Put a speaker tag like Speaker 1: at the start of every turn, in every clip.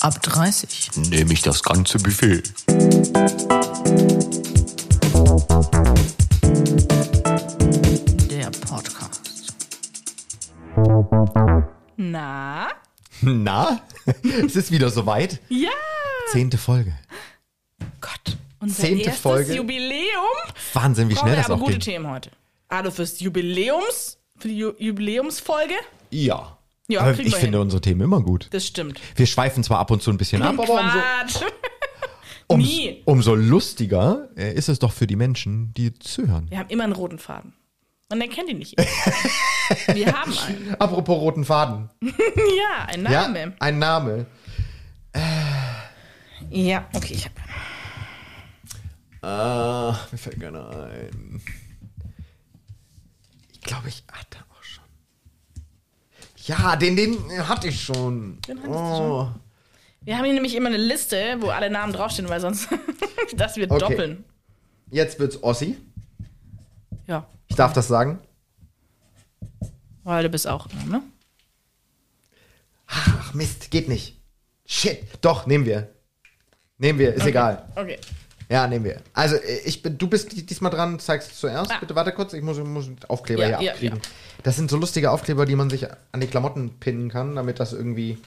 Speaker 1: Ab 30.
Speaker 2: Nehme ich das ganze Buffet.
Speaker 1: Der Podcast.
Speaker 3: Na?
Speaker 2: Na, es ist wieder soweit.
Speaker 3: Ja!
Speaker 2: Zehnte Folge.
Speaker 3: Gott. Unser
Speaker 2: Zehnte
Speaker 3: erstes
Speaker 2: Folge.
Speaker 3: Jubiläum.
Speaker 2: Wahnsinn, wie
Speaker 3: Boah,
Speaker 2: schnell
Speaker 3: wir
Speaker 2: das
Speaker 3: haben
Speaker 2: auch
Speaker 3: gute
Speaker 2: ging.
Speaker 3: Themen heute. Also fürs Jubiläums, für die Ju Jubiläumsfolge.
Speaker 2: Ja.
Speaker 3: Ja,
Speaker 2: aber
Speaker 3: kriegen
Speaker 2: ich
Speaker 3: wir
Speaker 2: finde unsere Themen immer gut.
Speaker 3: Das stimmt.
Speaker 2: Wir schweifen zwar ab und zu ein bisschen ab, aber umso,
Speaker 3: Quatsch.
Speaker 2: umso,
Speaker 3: Nie.
Speaker 2: umso lustiger äh, ist es doch für die Menschen, die zuhören.
Speaker 3: Wir haben immer einen roten Faden. Und dann kennt ihn nicht. wir haben einen.
Speaker 2: Apropos roten Faden.
Speaker 3: Ja, einen
Speaker 2: Ja,
Speaker 3: Namen.
Speaker 2: ein Name.
Speaker 3: Ja, okay. Ich hab.
Speaker 2: Ah, mir fällt keiner ein. Ich glaube, ich hatte auch schon. Ja, den, den hatte ich schon. Oh,
Speaker 3: Den hattest du schon. Wir haben hier nämlich immer eine Liste, wo alle Namen draufstehen, weil sonst das wird
Speaker 2: Okay.
Speaker 3: doppeln.
Speaker 2: Jetzt wird's Ossi.
Speaker 3: Ja,
Speaker 2: Ich darf das sagen.
Speaker 3: weil du bist auch, ne?
Speaker 2: Ach Mist, geht nicht. Shit, doch, nehmen wir. Nehmen wir, ist egal.
Speaker 3: Okay.
Speaker 2: Ja, nehmen wir. Also, äh, ich bin, du bist di- diesmal dran, zeigst zuerst.
Speaker 3: Ah.
Speaker 2: Bitte warte kurz, ich muss, muss Aufkleber
Speaker 3: Ja,
Speaker 2: hier
Speaker 3: ja,
Speaker 2: abkriegen. Das sind so lustige Aufkleber, die man sich an die Klamotten pinnen kann, damit das irgendwie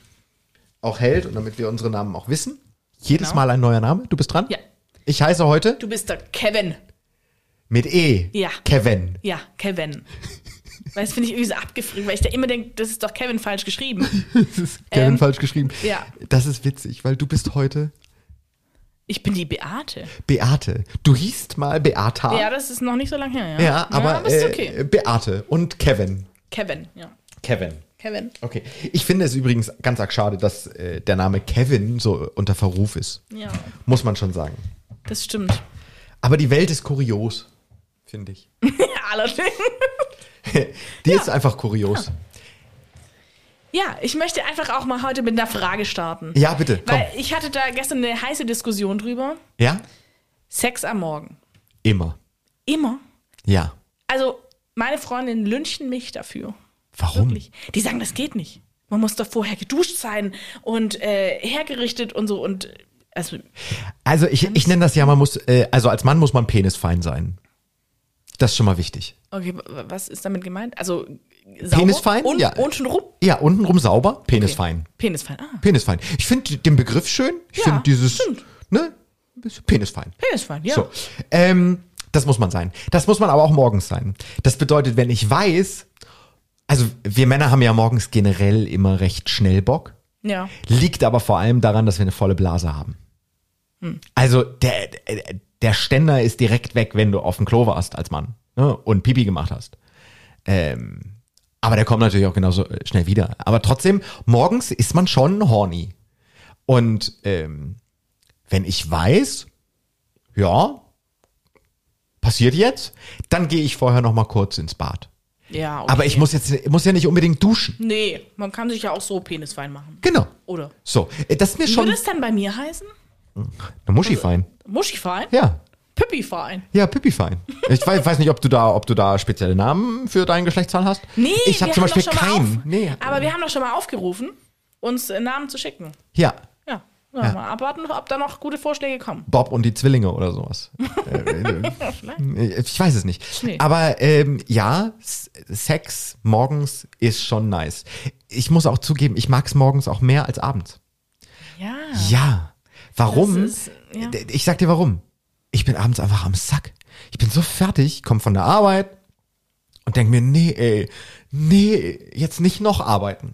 Speaker 2: auch hält und damit wir unsere Namen auch wissen. Jedes
Speaker 3: Genau.
Speaker 2: Mal ein neuer Name. Du bist dran?
Speaker 3: Ja.
Speaker 2: Ich heiße heute
Speaker 3: Du bist der Kevin.
Speaker 2: mit E.
Speaker 3: Ja.
Speaker 2: Kevin.
Speaker 3: Ja, Kevin. Weil das finde ich irgendwie so abgefragt, weil ich da immer denke, das ist doch Kevin falsch geschrieben.
Speaker 2: Das ist Kevin
Speaker 3: Ähm,
Speaker 2: falsch geschrieben.
Speaker 3: ja.
Speaker 2: Das ist witzig, weil du bist heute
Speaker 3: Ich bin die Beate.
Speaker 2: Beate. Du hießt mal Beata.
Speaker 3: Ja, das ist noch nicht so lange her.
Speaker 2: Ah. Ja, aber,
Speaker 3: ist
Speaker 2: äh,
Speaker 3: okay.
Speaker 2: Beate und Kevin.
Speaker 3: Kevin, ja.
Speaker 2: Kevin.
Speaker 3: Kevin.
Speaker 2: Okay. Ich finde es übrigens ganz arg schade, dass äh, der Name Kevin so unter Verruf ist.
Speaker 3: Ja,
Speaker 2: Muss man schon sagen.
Speaker 3: das stimmt.
Speaker 2: Aber die Welt ist kurios, finde ich.
Speaker 3: Ja, allerdings.
Speaker 2: Die ist einfach kurios.
Speaker 3: Ja, ich möchte einfach auch mal heute mit einer Frage starten.
Speaker 2: Ja, bitte, komm.
Speaker 3: Weil ich hatte da gestern eine heiße Diskussion drüber.
Speaker 2: Ja?
Speaker 3: Sex am Morgen.
Speaker 2: Immer.
Speaker 3: Immer.
Speaker 2: Ja.
Speaker 3: Also, meine Freundin lynchen mich dafür.
Speaker 2: Warum?
Speaker 3: Wirklich. Die sagen, das geht nicht. Man muss doch vorher geduscht sein und äh, hergerichtet und so und äh, also
Speaker 2: Also ich, ich nenne das ja, man muss, äh, also als Mann muss man penisfein sein. Das ist schon mal wichtig.
Speaker 3: Okay, wa- wa- was ist damit gemeint? Also sauber
Speaker 2: Penisfein?
Speaker 3: und
Speaker 2: Ja.
Speaker 3: unten rum.
Speaker 2: Ja, untenrum sauber, penisfein.
Speaker 3: Penisfein. Ah,
Speaker 2: Penisfein. Ich finde den Begriff schön. Ich
Speaker 3: Ja,
Speaker 2: finde dieses,
Speaker 3: stimmt.
Speaker 2: ne? Penisfein.
Speaker 3: Penisfein, ja.
Speaker 2: So. Ähm, das muss man sein. Das muss man aber auch morgens sein. Das bedeutet, wenn ich weiß, also wir Männer haben ja morgens generell immer recht schnell Bock,
Speaker 3: Ja.
Speaker 2: liegt aber vor allem daran, dass wir eine volle Blase haben. Also der, der Ständer ist direkt weg, wenn du auf dem Klo warst als Mann ne, und Pipi gemacht hast. Ähm, aber der kommt natürlich auch genauso äh, schnell wieder. Aber trotzdem, morgens ist man schon horny. Und ähm, wenn ich weiß, ja, passiert jetzt, dann gehe ich vorher noch mal kurz ins Bad.
Speaker 3: Ja. Okay.
Speaker 2: Aber ich muss jetzt ich muss ja nicht unbedingt duschen.
Speaker 3: Nee, man kann sich ja auch so Penisfein machen.
Speaker 2: Genau.
Speaker 3: Oder?
Speaker 2: So, äh, das ist mir schon
Speaker 3: Würde es dann bei mir heißen?
Speaker 2: eine Muschi fein.
Speaker 3: Muschifein?
Speaker 2: Ja.
Speaker 3: Püppifein?
Speaker 2: Ja, Pipi-Fein. Ich wei- weiß nicht, ob du da, ob du da spezielle Namen für deinen Geschlechtszahl hast.
Speaker 3: Nee,
Speaker 2: ich hab
Speaker 3: wir
Speaker 2: zum
Speaker 3: haben
Speaker 2: Beispiel
Speaker 3: doch schon mal
Speaker 2: keinen.
Speaker 3: Auf,
Speaker 2: Nee.
Speaker 3: Aber wir haben doch schon mal aufgerufen, uns äh, Namen zu schicken.
Speaker 2: ja,
Speaker 3: Ja. Ja, Mal abwarten, ob da noch gute Vorschläge kommen.
Speaker 2: Bob und die Zwillinge oder sowas. Äh, äh, ich weiß es nicht.
Speaker 3: Nee.
Speaker 2: Aber ähm, ja, S- Sex morgens ist schon nice. Ich muss auch zugeben, ich mag es morgens auch mehr als abends.
Speaker 3: Ja.
Speaker 2: Ja. Warum?
Speaker 3: Das ist- ja.
Speaker 2: D- Ich sag dir warum. Ich bin abends einfach am Sack. Ich bin so fertig, komm von der Arbeit und denk mir, nee, ey, nee, jetzt nicht noch arbeiten.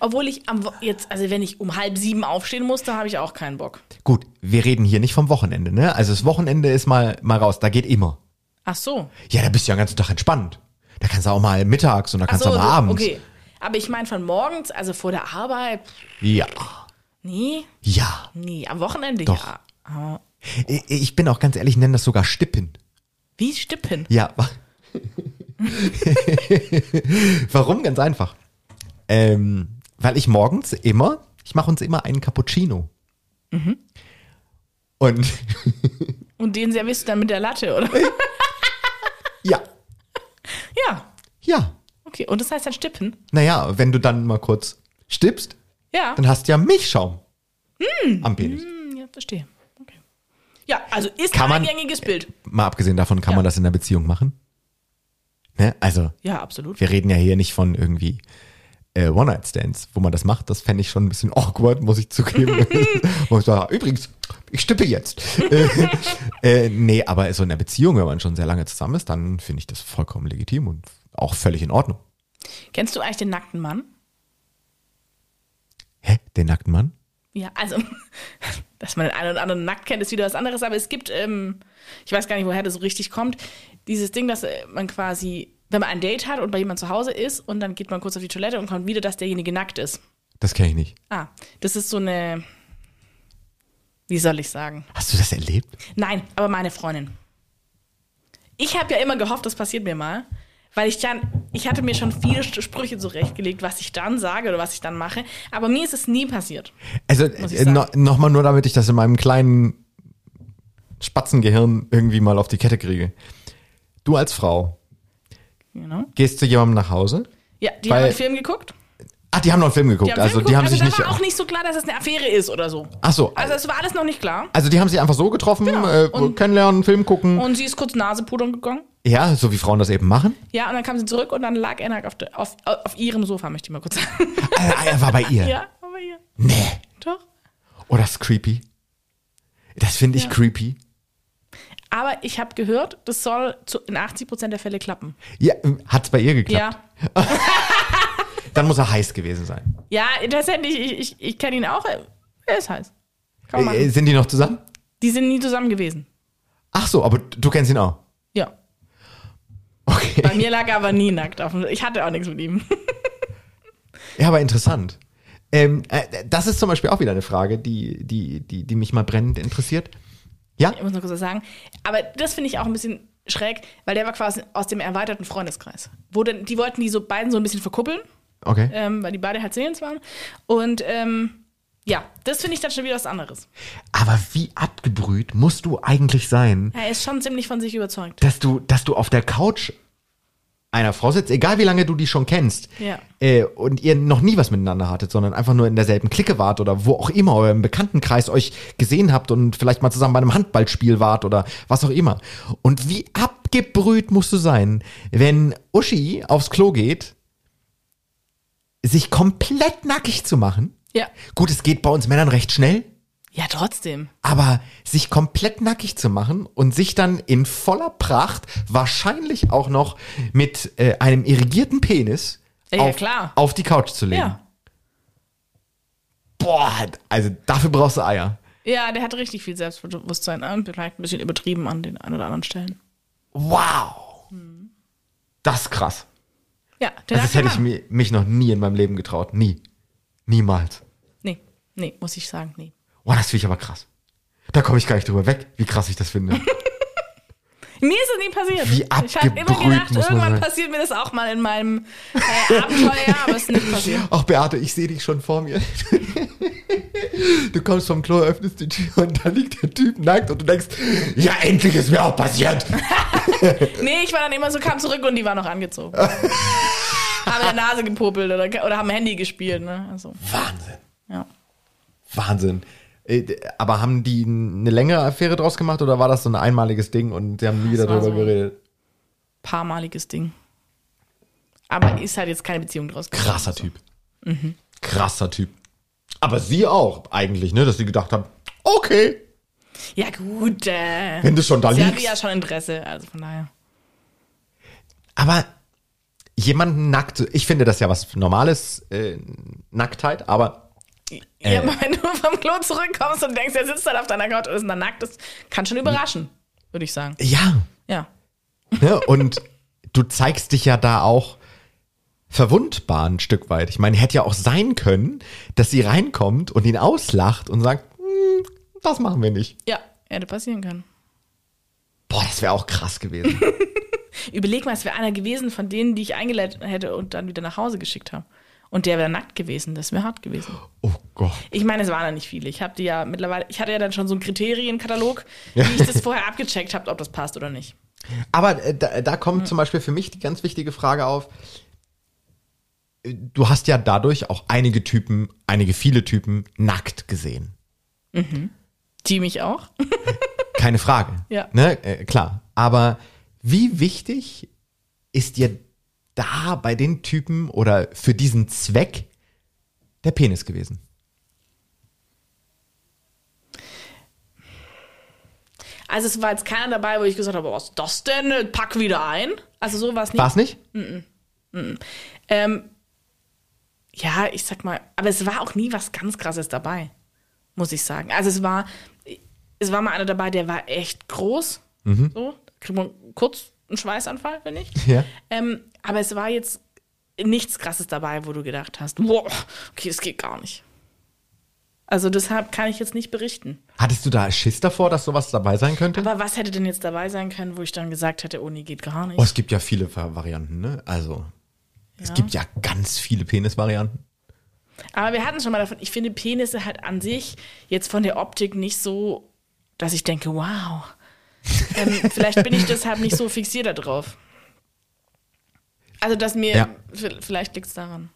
Speaker 3: Obwohl ich am Wo- jetzt, also wenn ich um halb sieben aufstehen muss, da habe ich auch keinen Bock.
Speaker 2: Gut, wir reden hier nicht vom Wochenende, ne? Also das Wochenende ist mal, mal raus, da geht immer.
Speaker 3: Ach so.
Speaker 2: Ja, da bist du ja den ganzen Tag entspannt. Da kannst du auch mal mittags und da
Speaker 3: Ach
Speaker 2: kannst
Speaker 3: so,
Speaker 2: du auch
Speaker 3: so,
Speaker 2: mal abends.
Speaker 3: Okay. Aber ich meine von morgens, also vor der Arbeit,
Speaker 2: Ja,
Speaker 3: nee,
Speaker 2: ja.
Speaker 3: nee, am Wochenende
Speaker 2: Doch.
Speaker 3: ja. Ah, Aber
Speaker 2: I- Ich bin auch ganz ehrlich, ich nenne das sogar Stippen.
Speaker 3: wie Stippen?
Speaker 2: Ja. wa- Warum? Ganz einfach. Ähm, weil ich morgens immer, ich mache uns immer einen Cappuccino. Und
Speaker 3: Und den servierst du dann mit der Latte, oder?
Speaker 2: ja,
Speaker 3: ja.
Speaker 2: ja.
Speaker 3: Okay, und das heißt dann Stippen?
Speaker 2: Naja, wenn du dann mal kurz stippst,
Speaker 3: Ja.
Speaker 2: Dann hast du ja Milchschaum am Penis.
Speaker 3: Hm, ja, verstehe. Okay. Ja, also ist
Speaker 2: Kann
Speaker 3: ein
Speaker 2: man-
Speaker 3: gängiges Bild.
Speaker 2: Mal abgesehen davon, kann
Speaker 3: Ja.
Speaker 2: man das in der Beziehung machen? Ne? Also,
Speaker 3: Ja, absolut.
Speaker 2: wir reden ja hier nicht von irgendwie äh, One-Night-Stands, wo man das macht. Das fände ich schon ein bisschen awkward, muss ich zugeben. Wo ich sage, Übrigens, ich stippe jetzt. äh, nee, aber so in der Beziehung, wenn man schon sehr lange zusammen ist, dann finde ich das vollkommen legitim und auch völlig in Ordnung.
Speaker 3: Kennst du eigentlich den nackten Mann?
Speaker 2: Hä? Den nackten Mann?
Speaker 3: Ja, also, dass man den einen oder anderen nackt kennt, ist wieder was anderes, aber es gibt, ähm, ich weiß gar nicht, woher das so richtig kommt, dieses Ding, dass äh, man quasi, wenn man ein Date hat und bei jemandem zu Hause ist und dann geht man kurz auf die Toilette und kommt wieder, dass derjenige nackt ist.
Speaker 2: Das kenne ich nicht.
Speaker 3: Ah, das ist so eine, wie soll ich sagen?
Speaker 2: Hast du das erlebt?
Speaker 3: Nein, aber meine Freundin. Ich habe ja immer gehofft, das passiert mir mal, weil ich dann, ich hatte mir schon viele St- Sprüche zurechtgelegt, was ich dann sage oder was ich dann mache, aber mir ist es nie passiert.
Speaker 2: Also
Speaker 3: ich
Speaker 2: äh, no, nochmal nur, damit ich das in meinem kleinen Spatzengehirn irgendwie mal auf die Kette kriege. Du als Frau
Speaker 3: Genau.
Speaker 2: gehst zu jemandem nach Hause.
Speaker 3: Ja, die
Speaker 2: Weil-
Speaker 3: haben einen Film geguckt.
Speaker 2: Ach, die haben noch einen Film geguckt.
Speaker 3: Die haben einen
Speaker 2: also
Speaker 3: Film
Speaker 2: die
Speaker 3: geguckt,
Speaker 2: haben
Speaker 3: also
Speaker 2: sich
Speaker 3: da
Speaker 2: nicht.
Speaker 3: war auch nicht so klar, dass es eine Affäre ist oder so.
Speaker 2: ach so.
Speaker 3: Also es war alles noch nicht klar.
Speaker 2: Also die haben sich einfach so getroffen,
Speaker 3: Genau.
Speaker 2: äh,
Speaker 3: Und-
Speaker 2: kennenlernen, Film gucken.
Speaker 3: Und sie ist kurz Nasepudern gegangen.
Speaker 2: ja, so wie Frauen das eben machen.
Speaker 3: Ja, und dann kam sie zurück und dann lag er nackt auf, der- auf, auf ihrem Sofa, möchte ich mal kurz sagen.
Speaker 2: Ah, er war bei ihr.
Speaker 3: ja, aber hier.
Speaker 2: Nee.
Speaker 3: Doch.
Speaker 2: Oh, das ist creepy. Das finde ich creepy.
Speaker 3: Aber ich habe gehört, das soll zu, in 80% der Fälle klappen.
Speaker 2: Ja, äh, hat's bei ihr geklappt.
Speaker 3: Ja.
Speaker 2: Dann muss er heiß gewesen sein.
Speaker 3: Ja, tatsächlich, ich, ich, ich kenne ihn auch. Er ist heiß. Kann man
Speaker 2: Äh,
Speaker 3: machen.
Speaker 2: sind die noch zusammen?
Speaker 3: Die sind nie zusammen gewesen.
Speaker 2: Ach so, aber du kennst ihn auch.
Speaker 3: Ja.
Speaker 2: Okay.
Speaker 3: Bei mir lag er aber nie nackt auf dem. Ich hatte auch nichts mit ihm.
Speaker 2: Ja, aber interessant. Ähm, äh, das ist zum Beispiel auch wieder eine Frage, die, die, die, die mich mal brennend interessiert. Ja?
Speaker 3: Ich muss noch kurz was sagen. Aber das finde ich auch ein bisschen schräg, weil der war quasi aus dem erweiterten Freundeskreis. Wo denn, die wollten die so beiden so ein bisschen verkuppeln,
Speaker 2: Okay.
Speaker 3: ähm, weil die beide halt Sehens waren. Und ähm, ja, das finde ich dann schon wieder was anderes.
Speaker 2: Aber wie abgebrüht musst du eigentlich sein,
Speaker 3: Er ist schon ziemlich von sich überzeugt.
Speaker 2: dass du, dass du auf der Couch einer Frau sitzt, egal wie lange du die schon kennst,
Speaker 3: Ja.
Speaker 2: äh, und ihr noch nie was miteinander hattet, sondern einfach nur in derselben Clique wart oder wo auch immer, oder im Bekanntenkreis euch gesehen habt und vielleicht mal zusammen bei einem Handballspiel wart oder was auch immer. Und wie abgebrüht musst du sein, wenn Uschi aufs Klo geht, sich komplett nackig zu machen.
Speaker 3: Ja.
Speaker 2: Gut, es geht bei uns Männern recht schnell.
Speaker 3: Ja, trotzdem.
Speaker 2: Aber sich komplett nackig zu machen und sich dann in voller Pracht, wahrscheinlich auch noch mit äh, einem irrigierten Penis
Speaker 3: Ja,
Speaker 2: auf,
Speaker 3: klar.
Speaker 2: auf die Couch zu legen.
Speaker 3: Ja.
Speaker 2: Boah, also dafür brauchst du Eier.
Speaker 3: Ja, der hat richtig viel Selbstbewusstsein ne? und vielleicht ein bisschen übertrieben an den ein oder anderen Stellen.
Speaker 2: Wow. Das ist krass.
Speaker 3: Hm. Ja, der
Speaker 2: Also das
Speaker 3: sagt
Speaker 2: hätte
Speaker 3: immer-
Speaker 2: ich mi- mich noch nie in meinem Leben getraut. Nie. Niemals.
Speaker 3: Nee, nee, muss ich sagen, nee.
Speaker 2: Boah, das finde ich aber krass. Da komme ich gar nicht drüber weg, wie krass ich das finde.
Speaker 3: Mir ist es nie passiert.
Speaker 2: Wie
Speaker 3: ich habe immer
Speaker 2: abgebrüht
Speaker 3: gedacht,
Speaker 2: muss man
Speaker 3: irgendwann
Speaker 2: sein.
Speaker 3: passiert mir das auch mal in meinem äh, Abenteuer, aber es ist nicht passiert.
Speaker 2: Ach Beate, ich sehe dich schon vor mir. Du kommst vom Klo, öffnest die Tür und da liegt der Typ nackt und du denkst, ja endlich ist mir auch passiert.
Speaker 3: Nee, ich war dann immer so, kam zurück und die war noch angezogen. haben in der Nase gepopelt oder, oder haben Handy gespielt, ne? Also,
Speaker 2: Wahnsinn,
Speaker 3: ja.
Speaker 2: Wahnsinn. Äh, d- Aber haben die eine längere Affäre draus gemacht oder war das so ein einmaliges Ding und sie haben nie wieder
Speaker 3: Das war
Speaker 2: drüber
Speaker 3: so.
Speaker 2: geredet?
Speaker 3: Paarmaliges Ding. Aber ist halt jetzt keine Beziehung draus. geworden.
Speaker 2: Krasser Typ.
Speaker 3: Mhm.
Speaker 2: Krasser Typ. Aber sie auch eigentlich, ne, dass sie gedacht haben, okay,
Speaker 3: Ja, gut, äh.
Speaker 2: wenn du schon da
Speaker 3: Sie hatte
Speaker 2: liegst.
Speaker 3: ja schon Interesse, also von daher.
Speaker 2: Aber jemanden nackt, ich finde das ja was Normales, äh, Nacktheit, aber
Speaker 3: Ja, aber wenn du vom Klo zurückkommst und denkst, er sitzt dann auf deiner Couch und ist dann nackt, das kann schon überraschen, würde ich sagen.
Speaker 2: Ja.
Speaker 3: Ja.
Speaker 2: Ne? Und du zeigst dich ja da auch verwundbar ein Stück weit. Ich meine, hätte ja auch sein können, dass sie reinkommt und ihn auslacht und sagt, "Hm, das machen wir nicht.
Speaker 3: Ja, hätte passieren können.
Speaker 2: Boah, das wäre auch krass gewesen.
Speaker 3: Überleg mal, es wäre einer gewesen von denen, die ich eingeleitet hätte und dann wieder nach Hause geschickt habe. Und der wäre nackt gewesen, das wäre hart gewesen.
Speaker 2: Oh Gott.
Speaker 3: Ich meine, es waren ja nicht viele. Ich habe die ja mittlerweile, ich hatte ja dann schon so einen Kriterienkatalog, wie ich das vorher abgecheckt habe, ob das passt oder nicht.
Speaker 2: Aber äh, da, da kommt zum Beispiel für mich die ganz wichtige Frage auf, du hast ja dadurch auch einige Typen, einige viele Typen nackt gesehen.
Speaker 3: Die mich auch.
Speaker 2: Keine Frage.
Speaker 3: Ja.
Speaker 2: Ne? Äh, klar. Aber wie wichtig ist dir da bei den Typen oder für diesen Zweck der Penis gewesen?
Speaker 3: Also es war jetzt keiner dabei, wo ich gesagt habe, was ist das denn? Pack wieder ein. Also so war es nicht.
Speaker 2: War es nicht?
Speaker 3: Ähm, ja, ich sag mal, aber es war auch nie was ganz krasses dabei, muss ich sagen. Also es war, es war mal einer dabei, der war echt groß. So, da kriegt man kurz einen Schweißanfall, wenn nicht.
Speaker 2: Ja.
Speaker 3: Ähm, aber es war jetzt nichts krasses dabei, wo du gedacht hast, wow, okay, das geht gar nicht. Also deshalb kann ich jetzt nicht berichten.
Speaker 2: Hattest du da Schiss davor, dass sowas dabei sein könnte?
Speaker 3: Aber was hätte denn jetzt dabei sein können, wo ich dann gesagt hätte, oh nee, geht gar nicht.
Speaker 2: oh, es gibt ja viele Ver- Varianten, ne? Also, es gibt ja ganz viele Penis-Varianten.
Speaker 3: Aber wir hatten schon mal davon, ich finde Penisse halt an sich jetzt von der Optik nicht so, dass ich denke, wow. ähm, vielleicht bin ich deshalb nicht so fixiert darauf. Also, dass mir,
Speaker 2: Ja.
Speaker 3: v- vielleicht liegt es daran.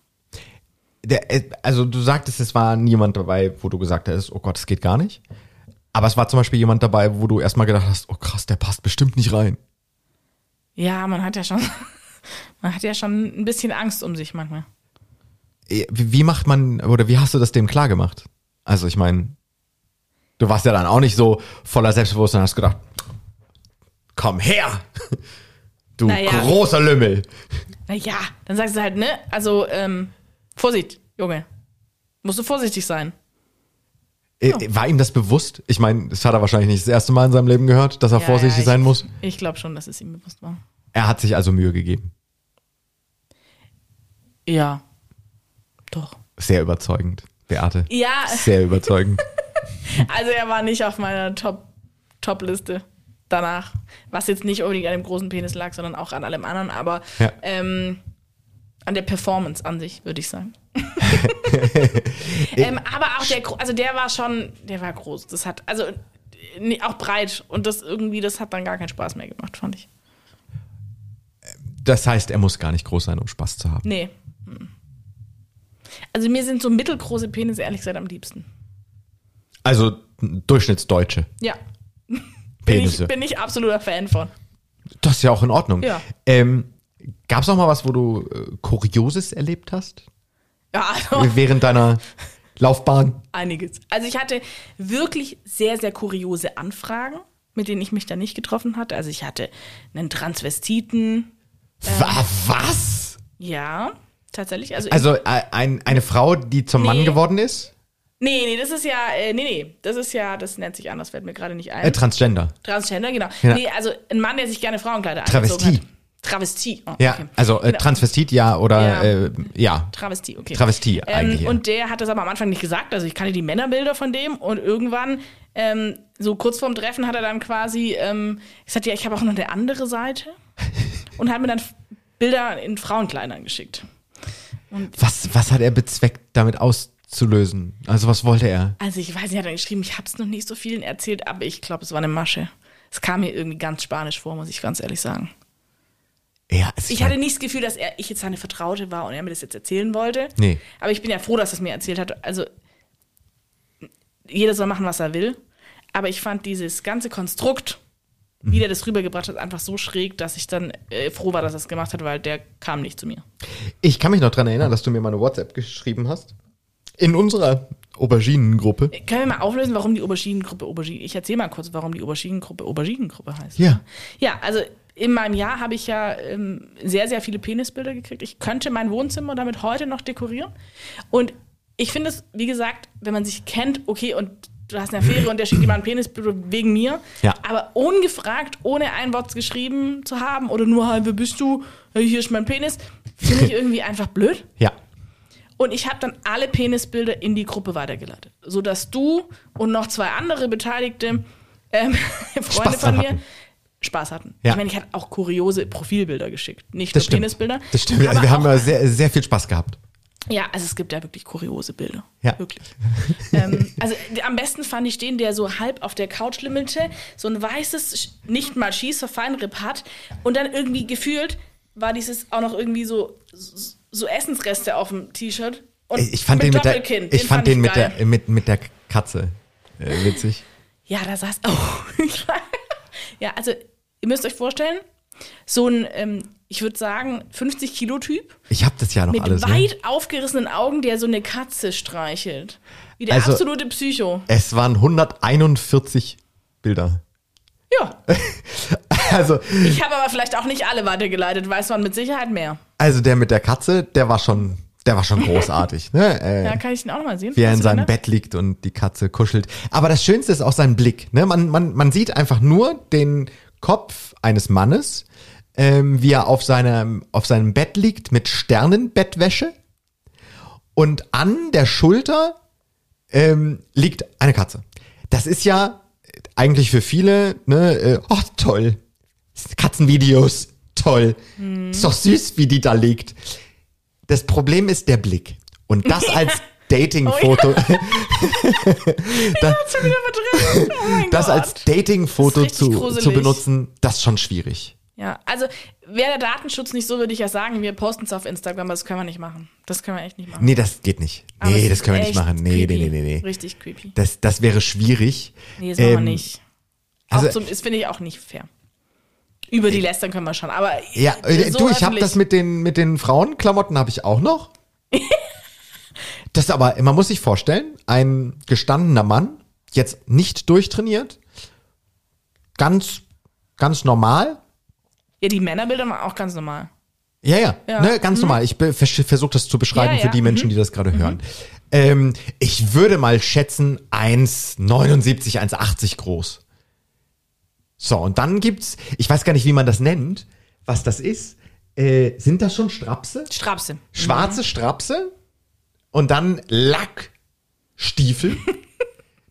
Speaker 2: Der, äh, also, du sagtest, es war niemand dabei, wo du gesagt hast, oh Gott, es geht gar nicht. Aber es war zum Beispiel jemand dabei, wo du erstmal gedacht hast, oh krass, der passt bestimmt nicht rein.
Speaker 3: Ja, man hat ja schon, man hat ja schon ein bisschen Angst um sich manchmal.
Speaker 2: Äh, Wie wie macht man, oder wie hast du das dem klar gemacht? Also, ich meine, du warst ja dann auch nicht so voller Selbstbewusstsein, hast gedacht, komm her, du
Speaker 3: Naja.
Speaker 2: großer Lümmel.
Speaker 3: Naja, dann sagst du halt, ne? Also, ähm, Vorsicht, Junge. Musst du vorsichtig sein. Oh.
Speaker 2: Äh, War ihm das bewusst? Ich meine, das hat er wahrscheinlich nicht das erste Mal in seinem Leben gehört, dass er
Speaker 3: Ja,
Speaker 2: vorsichtig
Speaker 3: ja, ich-
Speaker 2: sein muss.
Speaker 3: Ich glaube schon, dass es ihm bewusst war.
Speaker 2: Er hat sich also Mühe gegeben.
Speaker 3: Ja. Doch.
Speaker 2: Sehr überzeugend, Beate.
Speaker 3: Ja.
Speaker 2: Sehr überzeugend.
Speaker 3: Also er war nicht auf meiner Top- Top-Liste danach. Was jetzt nicht unbedingt an dem großen Penis lag, sondern auch an allem anderen, aber
Speaker 2: Ja.
Speaker 3: ähm, an der Performance an sich, würde ich sagen. ähm, aber auch der, Gro- also der war schon, der war groß. Das hat, also äh, nee, auch breit und das irgendwie, das hat dann gar keinen Spaß mehr gemacht, fand ich.
Speaker 2: Das heißt, er muss gar nicht groß sein, um Spaß zu haben.
Speaker 3: Nee. Hm. Also mir sind so mittelgroße Penisse ehrlich gesagt am liebsten.
Speaker 2: Also n- durchschnittsdeutsche
Speaker 3: Ja. Bin ich,
Speaker 2: Penisse.
Speaker 3: bin ich absoluter Fan von.
Speaker 2: das ist ja auch in Ordnung.
Speaker 3: Ja.
Speaker 2: Ähm, Gab es auch mal was, wo du äh, Kurioses erlebt hast?
Speaker 3: Ja, also.
Speaker 2: Während deiner Laufbahn?
Speaker 3: einiges. Also ich hatte wirklich sehr, sehr kuriose Anfragen, mit denen ich mich da nicht getroffen hatte. Also ich hatte einen Transvestiten, Äh.
Speaker 2: Wa- Was?
Speaker 3: ja, tatsächlich. Also,
Speaker 2: Also äh, ein, eine Frau, die zum Mann
Speaker 3: Nee.
Speaker 2: geworden ist?
Speaker 3: nee, nee, das ist ja, äh, nee, nee, das ist ja, das nennt sich anders, fällt mir gerade nicht ein.
Speaker 2: Äh, Transgender.
Speaker 3: Transgender, genau.
Speaker 2: Ja.
Speaker 3: Nee, also ein Mann, der sich gerne Frauenkleider
Speaker 2: Travestie.
Speaker 3: angezogen hat. Travestie. Oh,
Speaker 2: Ja,
Speaker 3: okay.
Speaker 2: also äh,
Speaker 3: Genau.
Speaker 2: Transvestit ja oder
Speaker 3: Ja.
Speaker 2: Äh, ja.
Speaker 3: Travestie, okay. Ähm,
Speaker 2: Travestie eigentlich, ja.
Speaker 3: Und der hat das aber am Anfang nicht gesagt. Also ich kannte die Männerbilder von dem und irgendwann, ähm, so kurz vorm Treffen, hat er dann quasi ähm, gesagt, ja, ich habe auch noch eine andere Seite. und hat mir dann Bilder in Frauenkleidern geschickt.
Speaker 2: Was, was hat er bezweckt, damit auszulösen? Also was wollte er?
Speaker 3: Also ich weiß nicht, er hat dann geschrieben, ich habe es noch nicht so vielen erzählt, aber ich glaube, es war eine Masche. Es kam mir irgendwie ganz spanisch vor, muss ich ganz ehrlich sagen.
Speaker 2: Ja, es
Speaker 3: Ich hatte nicht das Gefühl, dass er, ich jetzt seine Vertraute war und er mir das jetzt erzählen wollte.
Speaker 2: Nee.
Speaker 3: Aber ich bin ja froh, dass er es mir erzählt hat. Also, jeder soll machen, was er will. Aber ich fand dieses ganze Konstrukt, wie der das rübergebracht hat, einfach so schräg, dass ich dann äh, froh war, dass er es gemacht hat, weil der kam nicht zu mir.
Speaker 2: ich kann mich noch dran erinnern, dass du mir mal eine WhatsApp geschrieben hast. In unserer Auberginengruppe.
Speaker 3: Können wir mal auflösen, warum die Auberginengruppe Aubergine? Ich erzähle mal kurz, warum die Auberginengruppe Auberginengruppe heißt.
Speaker 2: Ja.
Speaker 3: Ja, also in meinem Jahr habe ich ja ähm, sehr, sehr viele Penisbilder gekriegt. Ich könnte mein Wohnzimmer damit heute noch dekorieren. Und ich finde es, wie gesagt, wenn man sich kennt, okay, und du hast eine Affäre und der schickt dir mal ein Penisbild wegen mir.
Speaker 2: Ja.
Speaker 3: Aber ungefragt, ohne ein Wort geschrieben zu haben oder nur, hey, wer bist du? Hey, hier ist mein Penis. Finde ich irgendwie einfach blöd.
Speaker 2: Ja.
Speaker 3: Und ich habe dann alle Penisbilder in die Gruppe weitergeleitet, sodass du und noch zwei andere Beteiligte ähm, Freunde
Speaker 2: Spaß
Speaker 3: von
Speaker 2: dran
Speaker 3: mir
Speaker 2: hatten.
Speaker 3: Spaß hatten.
Speaker 2: Ja.
Speaker 3: Ich meine, ich hatte auch kuriose Profilbilder geschickt, nicht
Speaker 2: Das
Speaker 3: nur
Speaker 2: stimmt.
Speaker 3: Penisbilder.
Speaker 2: Das stimmt.
Speaker 3: Aber
Speaker 2: Also wir haben
Speaker 3: auch,
Speaker 2: ja sehr, sehr viel Spaß gehabt.
Speaker 3: ja, also es gibt ja wirklich kuriose Bilder.
Speaker 2: Ja.
Speaker 3: Wirklich. ähm, also d- am besten fand ich den, der so halb auf der Couch limmelte, so ein weißes, sch- nicht mal Schießverfeinripp hat und dann irgendwie gefühlt war dieses auch noch irgendwie so, so so Essensreste auf dem T-Shirt. Und
Speaker 2: Ich fand den mit der,
Speaker 3: Doppelkinn,
Speaker 2: ich fand den mit
Speaker 3: geil.
Speaker 2: der, mit, mit der Katze äh, witzig.
Speaker 3: Ja, da saß auch. ja, also ihr müsst euch vorstellen, so ein, ähm, ich würde sagen, 50 Kilo Typ
Speaker 2: Ich hab das ja noch
Speaker 3: mit
Speaker 2: alles. Ne?
Speaker 3: weit aufgerissenen Augen, der so eine Katze streichelt. Wie der
Speaker 2: Also-
Speaker 3: absolute Psycho.
Speaker 2: Es waren 141 Bilder.
Speaker 3: Ja,
Speaker 2: Also,
Speaker 3: ich habe aber vielleicht auch nicht alle weitergeleitet, weiß man mit Sicherheit mehr.
Speaker 2: also der mit der Katze, der war schon, der war schon großartig. Ne? Äh,
Speaker 3: Ja, kann ich den auch nochmal sehen?
Speaker 2: wie er
Speaker 3: Hast
Speaker 2: in
Speaker 3: du
Speaker 2: seinem
Speaker 3: den, ne?
Speaker 2: Bett liegt und die Katze kuschelt. Aber das Schönste ist auch sein Blick. Ne? Man, man, man sieht einfach nur den Kopf eines Mannes, ähm, wie er auf seinem, auf seinem Bett liegt mit Sternenbettwäsche. Und an der Schulter ähm, liegt eine Katze. Das ist ja eigentlich für viele, ne, äh, oh toll, Katzenvideos, toll. Ist doch süß, wie die da liegt. Das Problem ist der Blick. Und das als Datingfoto,
Speaker 3: Schon wieder verdreht. Oh mein
Speaker 2: das
Speaker 3: Gott.
Speaker 2: als Datingfoto
Speaker 3: Das ist richtig
Speaker 2: zu, zu
Speaker 3: gruselig.
Speaker 2: benutzen, das ist schon schwierig.
Speaker 3: Ja, also wäre der Datenschutz nicht so, würde ich ja sagen, wir posten es auf Instagram, aber das können wir nicht machen. Das können wir echt nicht machen.
Speaker 2: Nee, das geht nicht.
Speaker 3: Aber
Speaker 2: Nee,
Speaker 3: es
Speaker 2: das
Speaker 3: ist
Speaker 2: können wir nicht
Speaker 3: echt
Speaker 2: machen. Nee, nee,
Speaker 3: creepy.
Speaker 2: nee, nee, nee.
Speaker 3: Richtig creepy.
Speaker 2: Das, das wäre schwierig.
Speaker 3: Nee, das machen wir
Speaker 2: Ähm,
Speaker 3: nicht.
Speaker 2: also-
Speaker 3: auch zum, das finde ich auch nicht fair. Über die Lästern können wir schon, aber
Speaker 2: Ja, äh,
Speaker 3: so
Speaker 2: du, ich habe
Speaker 3: öffentlich-
Speaker 2: das mit den, mit den Frauenklamotten habe ich auch noch. das ist aber, man muss sich vorstellen, ein gestandener Mann, jetzt nicht durchtrainiert, ganz, ganz normal.
Speaker 3: Ja, die Männerbilder waren auch ganz normal.
Speaker 2: Ja, ja,
Speaker 3: Ja. Mhm.
Speaker 2: Ne, ganz normal. Ich versuche das zu beschreiben
Speaker 3: Ja,
Speaker 2: für
Speaker 3: ja, Mhm.
Speaker 2: die Menschen, die das gerade hören. Ähm, ich würde mal schätzen 1,79, 1,80 groß. So, und dann gibt's, ich weiß gar nicht, wie man das nennt, was das ist. Äh, sind das schon Strapse?
Speaker 3: Strapse. Mhm.
Speaker 2: schwarze Strapse und dann Lackstiefel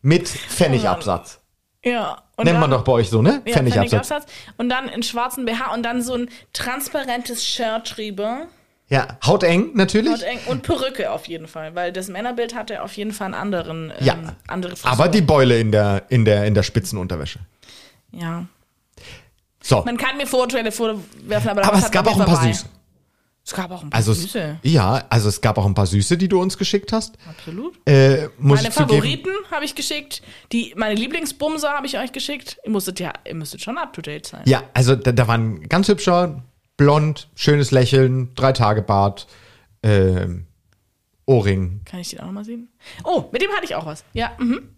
Speaker 2: mit Pfennigabsatz.
Speaker 3: Ja. Und
Speaker 2: Nennt
Speaker 3: dann-
Speaker 2: man doch bei euch so, ne?
Speaker 3: ja,
Speaker 2: Pfennigabsatz.
Speaker 3: Pfennigabsatz. Und dann einen schwarzen BH und dann so ein transparentes Shirt drüber.
Speaker 2: Ja, hauteng natürlich.
Speaker 3: Und, eng- und Perücke auf jeden Fall, weil das Männerbild hatte auf jeden Fall einen anderen, ähm,
Speaker 2: Ja.
Speaker 3: andere Frisur.
Speaker 2: Aber die Beule in der, in der, in der spitzen Unterwäsche.
Speaker 3: Ja.
Speaker 2: So,
Speaker 3: Man kann mir Vorurteile vorwerfen, aber,
Speaker 2: aber
Speaker 3: das
Speaker 2: es
Speaker 3: hat
Speaker 2: gab
Speaker 3: man
Speaker 2: auch ein paar
Speaker 3: vorbei.
Speaker 2: Süße.
Speaker 3: Es gab auch ein paar
Speaker 2: Also, es-
Speaker 3: Süße.
Speaker 2: ja, also es gab auch ein paar Süße, die du uns geschickt hast.
Speaker 3: Absolut.
Speaker 2: Äh, muss
Speaker 3: Meine
Speaker 2: ich zugeben.
Speaker 3: Favoriten habe ich geschickt. Die, meine Lieblingsbumser habe ich euch geschickt. Ihr musstet ja, ihr müsstet schon up to date sein.
Speaker 2: Ja, also da, da waren ganz hübscher, blond, schönes Lächeln, drei Tage Bart, ähm, Ohrring.
Speaker 3: Kann ich den auch nochmal sehen? Oh, mit dem hatte ich auch was. Ja, mhm.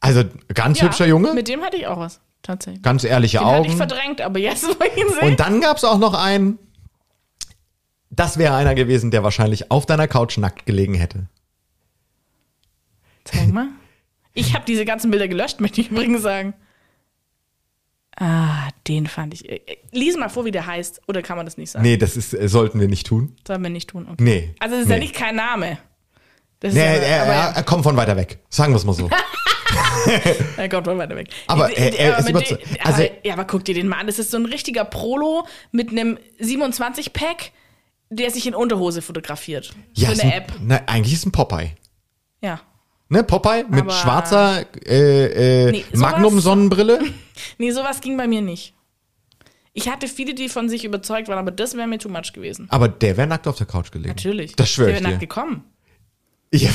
Speaker 2: Also ganz
Speaker 3: ja,
Speaker 2: hübscher Junge.
Speaker 3: Mit dem hatte ich auch was. Tatsächlich.
Speaker 2: ganz ehrliche
Speaker 3: Den hatte ich
Speaker 2: Augen.
Speaker 3: verdrängt, aber jetzt wo ich ihn sehe.
Speaker 2: Und dann gab's auch noch einen, das wäre einer gewesen, der wahrscheinlich auf deiner Couch nackt gelegen hätte.
Speaker 3: Zeig mal. Ich habe diese ganzen Bilder gelöscht, möchte ich übrigens sagen. Ah, den fand ich. äh, Lies mal vor, wie der heißt. Oder kann man das nicht sagen?
Speaker 2: Nee, das ist, äh, sollten wir nicht tun.
Speaker 3: Sollen wir nicht tun. Okay.
Speaker 2: Nee.
Speaker 3: Also es ist ja
Speaker 2: Nee.
Speaker 3: nicht kein Name. Das ist
Speaker 2: Nee,
Speaker 3: ja,
Speaker 2: er, er,
Speaker 3: aber,
Speaker 2: er, er kommt von weiter weg. Sagen wir's mal so.
Speaker 3: er kommt von weiter weg.
Speaker 2: Aber
Speaker 3: Die-
Speaker 2: er-
Speaker 3: die-
Speaker 2: er
Speaker 3: aber
Speaker 2: ist
Speaker 3: mit
Speaker 2: überzeugt.
Speaker 3: den-
Speaker 2: Also-
Speaker 3: aber, ja, aber guck dir den mal an. Das ist so ein richtiger Prolo mit einem 27-Pack, der sich in Unterhose fotografiert.
Speaker 2: Ja,
Speaker 3: so
Speaker 2: ist
Speaker 3: eine
Speaker 2: ein,
Speaker 3: App.
Speaker 2: Na, eigentlich ist ein Popeye.
Speaker 3: Ja.
Speaker 2: Ne, Popeye mit
Speaker 3: Aber-
Speaker 2: schwarzer äh, äh,
Speaker 3: Nee, sowas-
Speaker 2: Magnum-Sonnenbrille.
Speaker 3: Nee, sowas ging bei mir nicht. Ich hatte viele, die von sich überzeugt waren, aber das wäre mir too much gewesen.
Speaker 2: Aber der wäre nackt auf der Couch gelegen.
Speaker 3: Natürlich.
Speaker 2: Das schwöre ich
Speaker 3: Der wäre nackt
Speaker 2: dir.
Speaker 3: gekommen.
Speaker 2: Ja,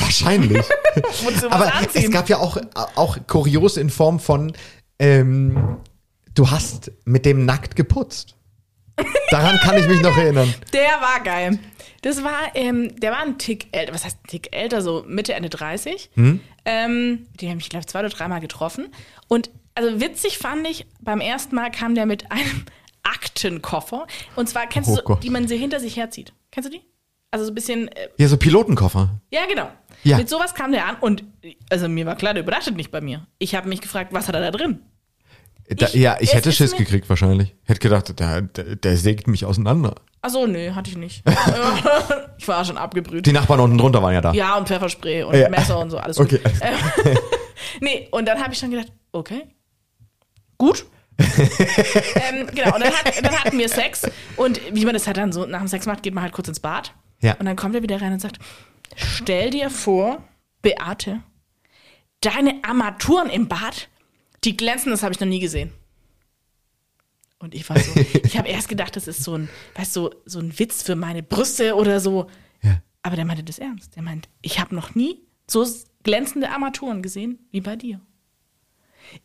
Speaker 2: wahrscheinlich.
Speaker 3: Wozu was
Speaker 2: Aber
Speaker 3: anziehen?
Speaker 2: es gab ja auch, auch kurios in Form von, ähm, du hast mit dem nackt geputzt. Daran kann ich mich noch erinnern.
Speaker 3: der war geil. Das war, ähm, der war ein Tick älter, was heißt ein Tick älter, so Mitte, Ende 30.
Speaker 2: Hm?
Speaker 3: Ähm, den habe ich, glaube ich, zwei oder dreimal getroffen. Und also witzig fand ich, beim ersten Mal kam der mit einem Aktenkoffer. Und zwar, kennst
Speaker 2: Oh
Speaker 3: du, so,
Speaker 2: Gott.
Speaker 3: die man so hinter sich herzieht. Kennst du die? Also so ein bisschen äh,
Speaker 2: Ja, so Pilotenkoffer.
Speaker 3: Ja, genau.
Speaker 2: Ja.
Speaker 3: Mit sowas kam der an und also mir war klar, der übernachtet nicht bei mir. Ich habe mich gefragt, was hat er da drin?
Speaker 2: Da,
Speaker 3: Ich-
Speaker 2: ja, ich
Speaker 3: es
Speaker 2: hätte
Speaker 3: ist
Speaker 2: Schiss
Speaker 3: mir-
Speaker 2: gekriegt wahrscheinlich. Hätte gedacht, der, der, der sägt mich auseinander.
Speaker 3: Achso, nö, hatte ich nicht. ich war schon abgebrüht.
Speaker 2: Die Nachbarn unten drunter waren ja da.
Speaker 3: Ja, und Pfefferspray und
Speaker 2: Ja.
Speaker 3: Messer und so, alles
Speaker 2: Okay.
Speaker 3: gut. Ähm, nee, und dann habe ich schon gedacht, okay, gut. ähm, genau, und dann, hat, dann hatten wir Sex und wie man das halt dann so nach dem Sex macht, geht man halt kurz ins Bad
Speaker 2: Ja.
Speaker 3: und dann kommt er wieder rein und sagt, stell dir vor, Beate, deine Armaturen im Bad, die glänzen, das habe ich noch nie gesehen. Und ich war so, ich habe erst gedacht, das ist so ein, weißt du, so ein Witz für meine Brüste oder so.
Speaker 2: Ja.
Speaker 3: Aber der meinte das ernst. Der meint, ich habe noch nie so glänzende Armaturen gesehen wie bei dir.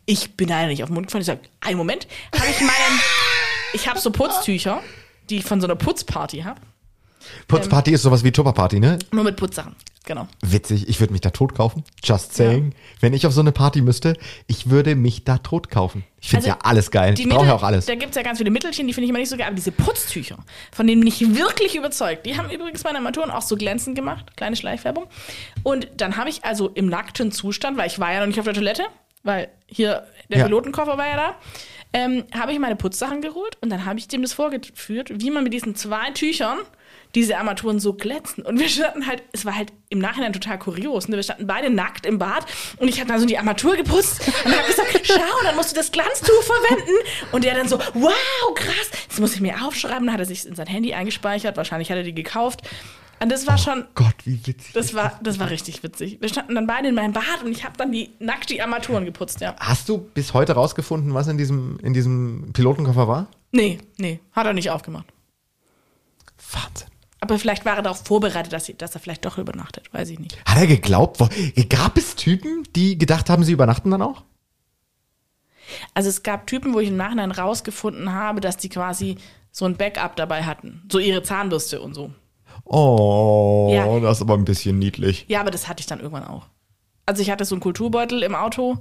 Speaker 3: Ich bin da nicht auf den Mund gefallen. Ich sage, einen Moment, habe ich meinen, ich habe so Putztücher, die ich von so einer Putzparty habe.
Speaker 2: Putzparty
Speaker 3: ähm.
Speaker 2: ist sowas wie Tupperparty, ne?
Speaker 3: Nur mit Putzsachen. Genau.
Speaker 2: Witzig, ich würde mich da tot kaufen. Just saying. Wenn ich auf so eine Party müsste, ich würde mich da tot kaufen. Ich finde
Speaker 3: Also,
Speaker 2: ja alles geil.
Speaker 3: Die
Speaker 2: Ich brauche
Speaker 3: Mittel-
Speaker 2: ja auch alles.
Speaker 3: Da gibt es ja ganz viele Mittelchen, die finde ich immer nicht so geil. Aber diese Putztücher, von denen bin ich wirklich überzeugt. Die haben übrigens meine Armaturen auch so glänzend gemacht. Kleine Schleichwerbung. Und dann habe ich also im nackten Zustand, weil ich war ja noch nicht auf der Toilette, weil hier der
Speaker 2: Ja.
Speaker 3: Pilotenkoffer war ja da, ähm, habe ich meine Putzsachen geholt und dann habe ich dem das vorgeführt, wie man mit diesen zwei Tüchern diese Armaturen so glänzen. Und wir standen halt, es war halt im Nachhinein total kurios. Ne? Wir standen beide nackt im Bad und ich habe dann so die Armatur geputzt und habe gesagt, schau, dann musst du das Glanztuch verwenden. Und er dann so, wow, krass, das muss ich mir aufschreiben. Dann hat er sich in sein Handy eingespeichert, wahrscheinlich hat er die gekauft. Und das war schon,
Speaker 2: Gott, wie witzig.
Speaker 3: das war, das war richtig witzig. Wir standen dann beide in meinem Bad und ich habe dann die nackt die Armaturen geputzt, ja.
Speaker 2: Hast du bis heute rausgefunden, was in diesem, in diesem Pilotenkoffer war?
Speaker 3: Nee, nee, hat er nicht aufgemacht.
Speaker 2: Wahnsinn.
Speaker 3: Aber vielleicht war er darauf vorbereitet, dass, sie, dass er vielleicht doch übernachtet, weiß ich nicht.
Speaker 2: Hat er geglaubt? Wo- Gab es Typen, die gedacht haben, sie übernachten dann auch?
Speaker 3: Also es gab Typen, wo ich im Nachhinein rausgefunden habe, dass die quasi so ein Backup dabei hatten. So ihre Zahnbürste und so.
Speaker 2: Oh,
Speaker 3: Ja.
Speaker 2: das ist aber ein bisschen niedlich.
Speaker 3: Ja, aber das hatte ich dann irgendwann auch. Also ich hatte so einen Kulturbeutel im Auto,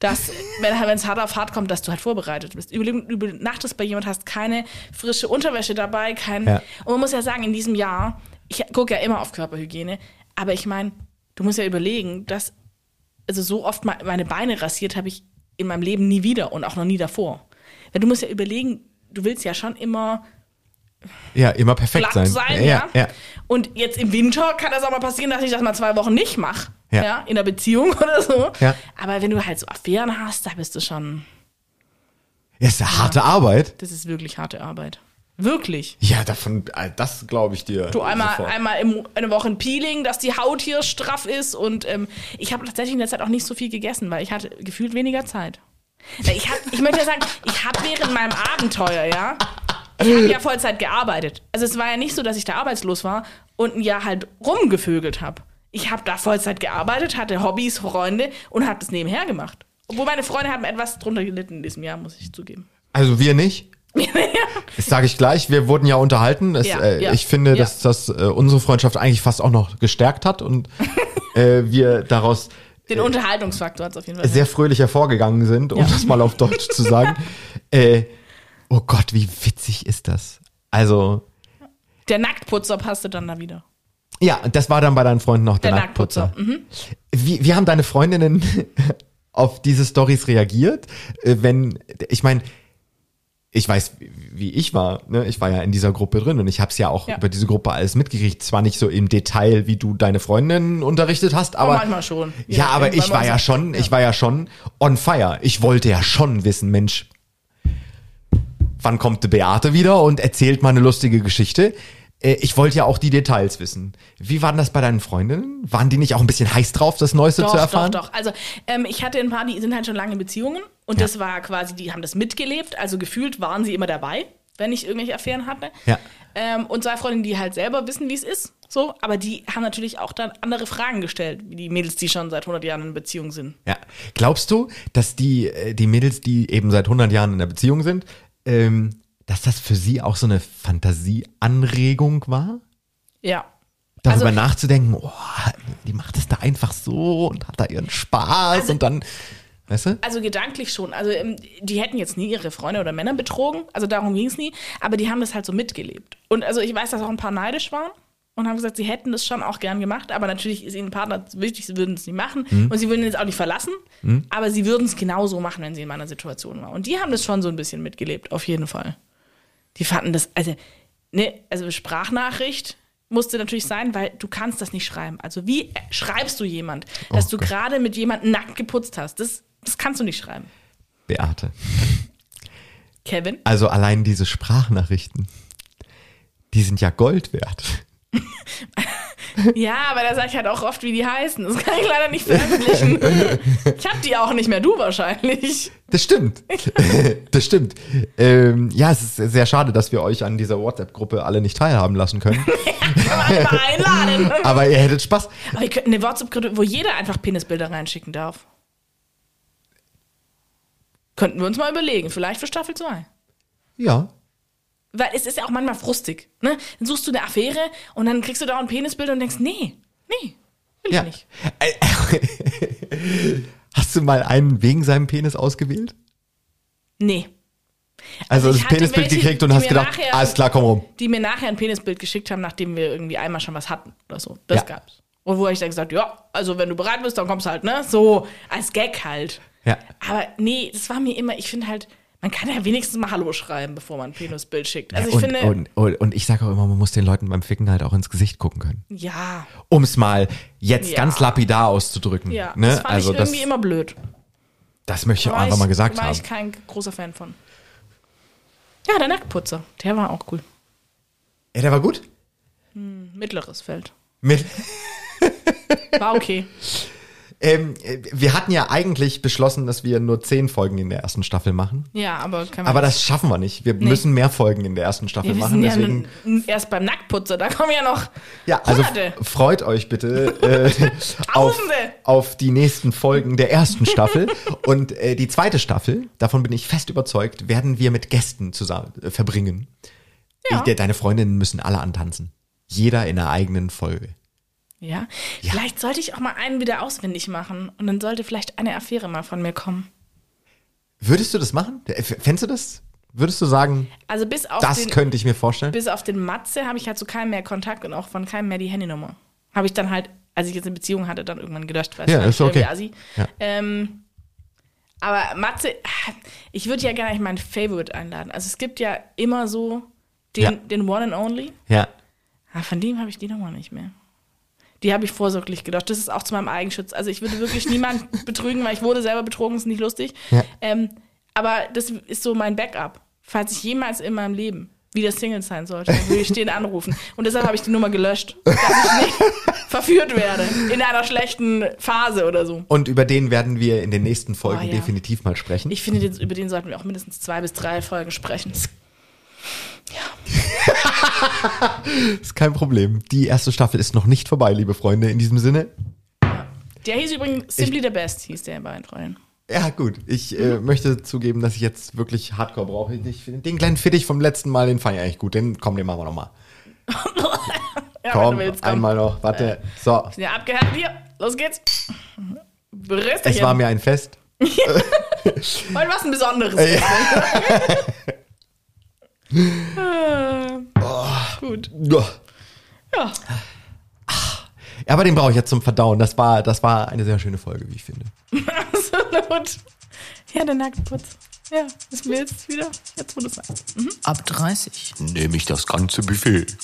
Speaker 3: dass, wenn es hart auf hart kommt, dass du halt vorbereitet bist. Überleg- Übernachtest bei jemand, hast keine frische Unterwäsche dabei, kein.
Speaker 2: Ja.
Speaker 3: Und man muss ja sagen, in diesem Jahr, ich gucke ja immer auf Körperhygiene, aber ich meine, du musst ja überlegen, dass, also so oft me- meine Beine rasiert habe ich in meinem Leben nie wieder und auch noch nie davor. Weil du musst ja überlegen, du willst ja schon immer
Speaker 2: Ja, immer perfekt
Speaker 3: glatt
Speaker 2: sein.
Speaker 3: sein,
Speaker 2: ja,
Speaker 3: ja,
Speaker 2: ja.
Speaker 3: Und jetzt im Winter kann das auch mal passieren, dass ich das mal zwei Wochen nicht mache.
Speaker 2: Ja.
Speaker 3: Ja. In der Beziehung oder so.
Speaker 2: Ja.
Speaker 3: Aber wenn du halt so Affären hast, da bist du schon.
Speaker 2: Ja, ist eine harte Arbeit.
Speaker 3: Das ist wirklich harte Arbeit. Wirklich.
Speaker 2: Ja, davon, äh, das glaube ich dir.
Speaker 3: Du einmal,
Speaker 2: sofort.
Speaker 3: einmal im, eine Woche ein Peeling, dass die Haut hier straff ist. Und ähm, ich habe tatsächlich in der Zeit auch nicht so viel gegessen, weil ich hatte gefühlt weniger Zeit. Na, Ich, hab, ich möchte ja sagen, ich habe während meinem Abenteuer, ja, ich habe ja Vollzeit gearbeitet. Also es war ja nicht so, dass ich da arbeitslos war und ein Jahr halt rumgevögelt habe. Ich habe da Vollzeit gearbeitet, hatte Hobbys, Freunde und habe das nebenher gemacht. Obwohl meine Freunde haben etwas drunter gelitten in diesem Jahr, muss ich zugeben.
Speaker 2: Also wir nicht. Das sage ich gleich. Wir wurden ja unterhalten. Es,
Speaker 3: Ja,
Speaker 2: äh,
Speaker 3: ja,
Speaker 2: ich finde,
Speaker 3: ja.
Speaker 2: dass das äh, unsere Freundschaft eigentlich fast auch noch gestärkt hat und äh, wir daraus
Speaker 3: Den Unterhaltungsfaktor hat es auf jeden Fall.
Speaker 2: Äh, sehr fröhlich hervorgegangen sind, um
Speaker 3: Ja.
Speaker 2: das mal auf Deutsch zu sagen. Äh, oh Gott, wie witzig ist das? Also,
Speaker 3: Der Nacktputzer passte dann da wieder.
Speaker 2: ja, und das war dann bei deinen Freunden noch der,
Speaker 3: Der
Speaker 2: Nacktputzer. Mhm. Wie, wie haben deine Freundinnen auf diese Stories reagiert? Äh, Wenn, ich meine, ich weiß, wie ich war. Ne? Ich war ja in dieser Gruppe drin und ich habe es ja auch
Speaker 3: Ja.
Speaker 2: über diese Gruppe alles mitgekriegt. Zwar nicht so im Detail, wie du deine Freundinnen unterrichtet hast, aber
Speaker 3: manchmal schon. Je
Speaker 2: Ja, aber
Speaker 3: nachdem,
Speaker 2: ich
Speaker 3: weil
Speaker 2: war
Speaker 3: man so-
Speaker 2: ja schon, ich
Speaker 3: Ja.
Speaker 2: war ja schon on fire. Ich wollte ja schon wissen, Mensch, wann kommt die Beate wieder und erzählt mal eine lustige Geschichte? Äh, Ich wollte ja auch die Details wissen. Wie waren das bei deinen Freundinnen? Waren die nicht auch ein bisschen heiß drauf, das Neueste zu erfahren?
Speaker 3: Doch, doch. Also ähm, ich hatte ein paar, die sind halt schon lange in Beziehungen und das war quasi, die haben das mitgelebt, also gefühlt waren sie immer dabei, wenn ich irgendwelche Affären hatte.
Speaker 2: Ja.
Speaker 3: Ähm, und zwei Freundinnen, die halt selber wissen, wie es ist, so, aber die haben natürlich auch dann andere Fragen gestellt, wie die Mädels, die schon seit 100 Jahren in Beziehung sind.
Speaker 2: Ja. Glaubst du, dass die, äh, die Mädels, die eben seit 100 Jahren in der Beziehung sind, ähm, dass das für sie auch so eine Fantasieanregung war?
Speaker 3: Ja.
Speaker 2: darüber
Speaker 3: Also-
Speaker 2: nachzudenken, oh, die macht es da einfach so und hat da ihren Spaß und dann, weißt du?
Speaker 3: Also gedanklich schon. Also ähm, die hätten jetzt nie ihre Freunde oder Männer betrogen, also darum ging es nie, aber die haben das halt so mitgelebt. Und also ich weiß, dass auch ein paar neidisch waren und haben gesagt, sie hätten das schon auch gern gemacht, aber natürlich ist ihnen Partner wichtig, sie würden es nicht machen und sie würden es auch nicht verlassen, aber sie würden es genauso machen, wenn sie in meiner Situation waren. Und die haben das schon so ein bisschen mitgelebt, auf jeden Fall. Die fanden das, also, ne, also Sprachnachricht musste natürlich sein, weil du kannst das nicht schreiben. Also wie äh, schreibst du jemand, dass
Speaker 2: Oh
Speaker 3: du
Speaker 2: Gott.
Speaker 3: gerade mit jemandem nackt geputzt hast? Das, das kannst du nicht schreiben.
Speaker 2: Beate.
Speaker 3: Kevin?
Speaker 2: Also allein diese Sprachnachrichten, die sind ja Gold wert.
Speaker 3: Ja, aber da sage ich halt auch oft, wie die heißen. Das kann ich leider nicht veröffentlichen. Ich hab die auch nicht mehr, du wahrscheinlich.
Speaker 2: Das stimmt. das stimmt. Ähm, ja, es ist sehr schade, dass wir euch an dieser WhatsApp-Gruppe alle nicht teilhaben lassen können.
Speaker 3: Kann man nicht mal einladen.
Speaker 2: Aber ihr hättet Spaß.
Speaker 3: Aber wir könnten eine WhatsApp-Gruppe, wo jeder einfach Penisbilder reinschicken darf. Könnten wir uns mal überlegen, vielleicht für Staffel 2.
Speaker 2: Ja.
Speaker 3: Weil es ist ja auch manchmal frustig. Ne? Dann suchst du eine Affäre und dann kriegst du da ein Penisbild und denkst, nee, nee, will ich
Speaker 2: ja.
Speaker 3: nicht.
Speaker 2: Hast du mal einen wegen seinem Penis ausgewählt?
Speaker 3: Nee.
Speaker 2: Also,
Speaker 3: ich
Speaker 2: das
Speaker 3: hatte
Speaker 2: Penisbild
Speaker 3: welche,
Speaker 2: gekriegt und
Speaker 3: die
Speaker 2: hast
Speaker 3: mir
Speaker 2: gedacht,
Speaker 3: nachher-
Speaker 2: alles klar, komm rum.
Speaker 3: Die mir nachher ein Penisbild geschickt haben, nachdem wir irgendwie einmal schon was hatten oder so. Das
Speaker 2: Ja.
Speaker 3: gab's. Und wo ich dann gesagt, ja, also wenn du bereit bist, dann kommst halt, ne? So, als Gag halt.
Speaker 2: Ja.
Speaker 3: Aber nee, das war mir immer, ich finde halt, man kann ja wenigstens mal Hallo schreiben, bevor man ein Penisbild schickt. Also ich
Speaker 2: und,
Speaker 3: finde,
Speaker 2: und, und, und ich sage auch immer, man muss den Leuten beim Ficken halt auch ins Gesicht gucken können.
Speaker 3: ja,
Speaker 2: Um es mal jetzt
Speaker 3: Ja.
Speaker 2: ganz lapidar auszudrücken.
Speaker 3: ja.
Speaker 2: ne?
Speaker 3: Das fand
Speaker 2: also
Speaker 3: ich
Speaker 2: das,
Speaker 3: irgendwie immer blöd.
Speaker 2: das möchte ich auch
Speaker 3: War
Speaker 2: einfach
Speaker 3: ich-
Speaker 2: mal gesagt
Speaker 3: war
Speaker 2: haben.
Speaker 3: ich kein großer Fan von. Ja, der Nacktputzer, der war auch cool.
Speaker 2: Ey, der war gut.
Speaker 3: Mittleres Feld.
Speaker 2: Mit,
Speaker 3: War okay.
Speaker 2: ähm, äh, wir hatten ja eigentlich beschlossen, dass wir nur zehn Folgen in der ersten Staffel machen.
Speaker 3: ja, aber kann man
Speaker 2: Aber das schaffen wir nicht. Wir müssen mehr Folgen in der ersten Staffel
Speaker 3: wir wissen
Speaker 2: machen.
Speaker 3: ja
Speaker 2: Deswegen,
Speaker 3: nun- erst beim Nacktputzer, da kommen ja noch
Speaker 2: ja, also
Speaker 3: Hunderte.
Speaker 2: f- freut euch bitte äh, auf,
Speaker 3: Tausende.
Speaker 2: auf die nächsten Folgen der ersten Staffel. Und äh, die zweite Staffel, davon bin ich fest überzeugt, werden wir mit Gästen zusammen äh, verbringen.
Speaker 3: Ja.
Speaker 2: Ich, de- deine Freundinnen müssen alle antanzen. Jeder in einer eigenen Folge.
Speaker 3: Ja. Vielleicht sollte ich auch mal einen wieder auswendig machen und dann sollte vielleicht eine Affäre mal von mir kommen.
Speaker 2: Würdest du das machen? Äh, f- Fändest du das? Würdest du sagen,
Speaker 3: Also bis auf
Speaker 2: das
Speaker 3: den
Speaker 2: könnte ich mir vorstellen?
Speaker 3: bis auf den Matze habe ich halt zu keinem mehr Kontakt und auch von keinem mehr die Handynummer. Habe ich dann halt, als ich jetzt eine Beziehung hatte, dann irgendwann gelöscht, weil es
Speaker 2: Ja,
Speaker 3: war
Speaker 2: ist
Speaker 3: irgendwie
Speaker 2: okay.
Speaker 3: Assi.
Speaker 2: Ja.
Speaker 3: Ähm, aber Matze, ah, ich würde ja gerne eigentlich meinen Favorite einladen. Also es gibt ja immer so den,
Speaker 2: Ja.
Speaker 3: den One and Only.
Speaker 2: Ja.
Speaker 3: Ah, von dem habe ich die Nummer nicht mehr. Die habe ich vorsorglich gedacht. Das ist auch zu meinem Eigenschutz. Also ich würde wirklich niemanden betrügen, weil ich wurde selber betrogen, ist nicht lustig.
Speaker 2: Ja.
Speaker 3: Ähm, aber das ist so mein Backup. Falls ich jemals in meinem Leben wieder Single sein sollte, dann würde ich den anrufen. Und deshalb habe ich die Nummer gelöscht, dass ich nicht verführt werde in einer schlechten Phase oder so.
Speaker 2: Und über den werden wir in den nächsten Folgen
Speaker 3: Oh, ja.
Speaker 2: definitiv mal sprechen.
Speaker 3: Ich finde, den- über den sollten wir auch mindestens zwei bis drei Folgen sprechen.
Speaker 2: ist kein Problem. Die erste Staffel ist noch nicht vorbei, liebe Freunde. In diesem Sinne,
Speaker 3: Der hieß übrigens Simply the Best, hieß der bei den Freunden.
Speaker 2: ja gut. Ich
Speaker 3: Hm?
Speaker 2: äh, möchte zugeben, dass ich jetzt wirklich Hardcore brauche. Ich finde den kleinen Fittich vom letzten Mal, den fand ich eigentlich gut. Den, komm, den machen wir nochmal.
Speaker 3: Ja, wenn
Speaker 2: Komm,
Speaker 3: du willst,
Speaker 2: einmal noch. Warte. So,
Speaker 3: Ja, abgehärtet hier. Los geht's. Brüsterchen.
Speaker 2: es war mir ein Fest.
Speaker 3: Heute was ein Besonderes. Äh, Gut.
Speaker 2: Ja,
Speaker 3: Ja.
Speaker 2: aber den brauche ich jetzt zum Verdauen. Das war, das war eine sehr schöne Folge, wie ich finde.
Speaker 3: Absolut. Ja, der Nacktputz. Ja, ist mir jetzt wieder, jetzt wo du sagst.
Speaker 1: Ab 30.
Speaker 4: nehme ich das ganze Buffet.